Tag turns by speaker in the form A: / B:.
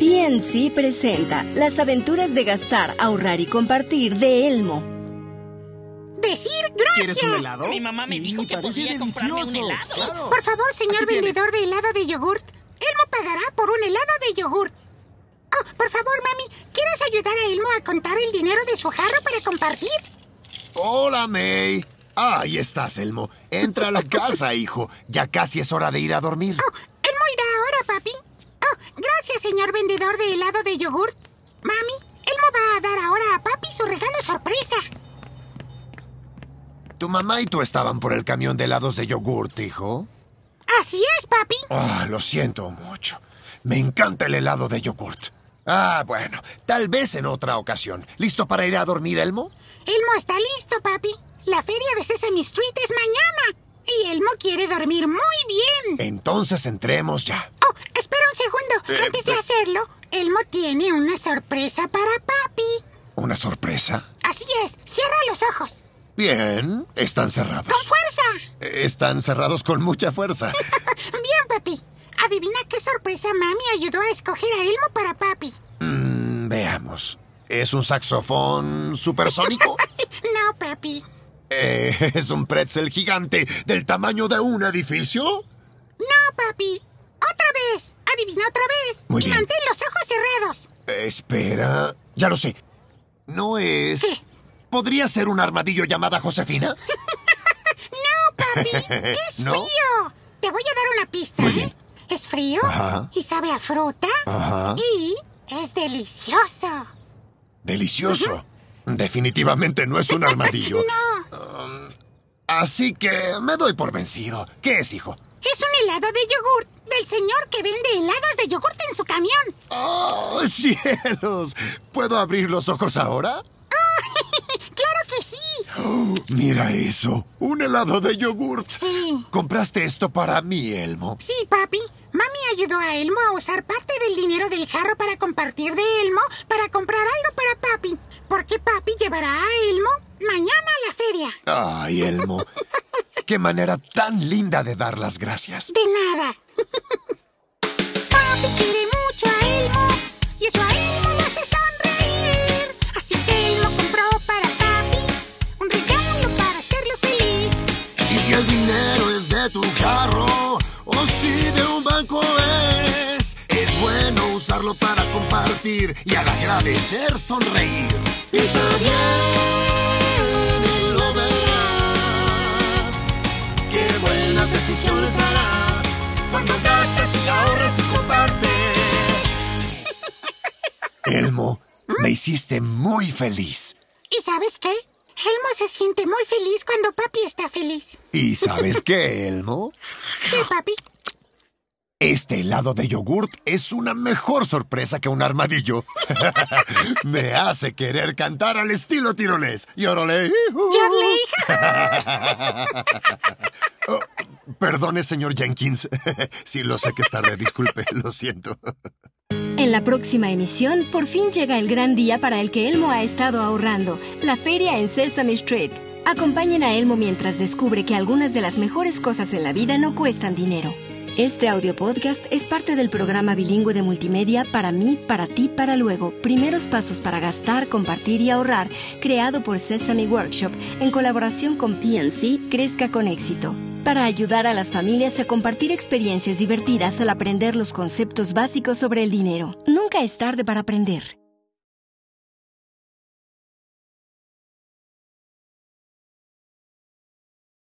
A: en sí presenta Las aventuras de gastar, ahorrar y compartir de Elmo.
B: Decir gracias.
C: ¿Quieres un helado?
D: Mi mamá me
C: Sí,
D: dijo que
C: parece
D: podía comprarme un
C: delicioso.
D: helado.
B: Sí,
C: Claro.
B: por favor, señor
C: Aquí tienes.
B: vendedor de helado de yogurt. Elmo pagará por un helado de yogurt. Oh, por favor, mami, ¿quieres ayudar a Elmo a contar el dinero de su jarro para compartir?
E: Hola, May. Ahí estás, Elmo. Entra a la casa, hijo. Ya casi es hora de ir a dormir.
B: Oh, Elmo irá ahora, papi. Oh, gracias, señor vendedor de helado de yogurt. Mami, Elmo va a dar ahora a papi su regalo sorpresa.
E: Tu mamá y tú estaban por el camión de helados de yogurt, hijo.
B: Así es, papi.
E: Ah, lo siento mucho. Me encanta el helado de yogurt. Ah, bueno, tal vez en otra ocasión. ¿Listo para ir a dormir, Elmo?
B: Elmo está listo, papi. La feria de Sesame Street es mañana. Y Elmo quiere dormir muy bien.
E: Entonces entremos ya.
B: Oh, espera un segundo.
E: Eh,
B: Antes de
E: eh.
B: hacerlo, Elmo tiene una sorpresa para papi.
E: ¿Una sorpresa?
B: Así es, cierra los ojos.
E: Bien, están cerrados.
B: ¡Con fuerza!
E: Están cerrados con mucha fuerza.
B: Bien, papi. Adivina qué sorpresa mami ayudó a escoger a Elmo para papi.
E: Mm, veamos. ¿Es un saxofón supersónico?
B: No, papi.
E: Eh, ¿Es un pretzel gigante del tamaño de un edificio?
B: No, papi. Otra vez. Adivina otra vez.
E: Muy
B: y
E: bien.
B: mantén los ojos cerrados.
E: Eh, espera. Ya lo sé. No es...
B: ¿Qué?
E: ¿Podría ser un armadillo llamada Josefina?
B: No, papi. Es
E: ¿No?
B: frío. Te voy a dar una pista.
E: Muy
B: ¿eh?
E: bien.
B: Es frío
E: Ajá.
B: y sabe a fruta
E: Ajá.
B: y es delicioso.
E: Delicioso. Definitivamente no es un armadillo.
B: No,
E: Así que me doy por vencido. ¿Qué es, hijo?
B: es un helado de yogurt del señor que vende helados de yogurt en su camión.
E: ¡Oh, cielos! ¿Puedo abrir los ojos ahora?
B: Claro que sí.
E: Oh, mira eso. Un helado de yogurt.
B: Sí.
E: ¿Compraste esto para mí, Elmo?
B: Sí, papi. Mami ayudó a Elmo a usar parte del dinero del jarro para compartir de Elmo para comprar algo para papi. Porque papi llevará a Elmo mañana a la feria.
E: Ay, Elmo. Qué manera tan linda de dar las gracias.
B: De nada. papi quiere mucho a Elmo y eso a Elmo lo hace sonreír. Así que Elmo compró para papi un regalo para hacerlo feliz.
E: Y si el dinero es de tu carro o si de un banco es, es bueno usarlo para compartir y al agradecer sonreír. Piensa bien y lo verás. Qué buenas decisiones harás cuando gastas y ahorras y compartes. Elmo, me hiciste muy feliz.
B: ¿Y sabes qué? Elmo se siente muy feliz cuando papi está feliz.
E: ¿Y sabes qué, Elmo?
B: ¿Qué, papi?
E: Este helado de yogurt es una mejor sorpresa que un armadillo. Me hace querer cantar al estilo tiroles. Yorole. ihu.
B: Yodley,
E: Oh, perdone, señor Jenkins. sí, lo sé que es tarde, disculpe, lo siento.
A: En la próxima emisión, por fin llega el gran día para el que Elmo ha estado ahorrando, la feria en Sesame Street. Acompañen a Elmo mientras descubre que algunas de las mejores cosas en la vida no cuestan dinero. Este audio podcast es parte del programa bilingüe de multimedia Para mí, para ti, para luego. Primeros pasos para gastar, compartir y ahorrar, creado por Sesame Workshop en colaboración con PNC Crezca con éxito para ayudar a las familias a compartir experiencias divertidas al aprender los conceptos básicos sobre el dinero. Nunca es tarde para aprender.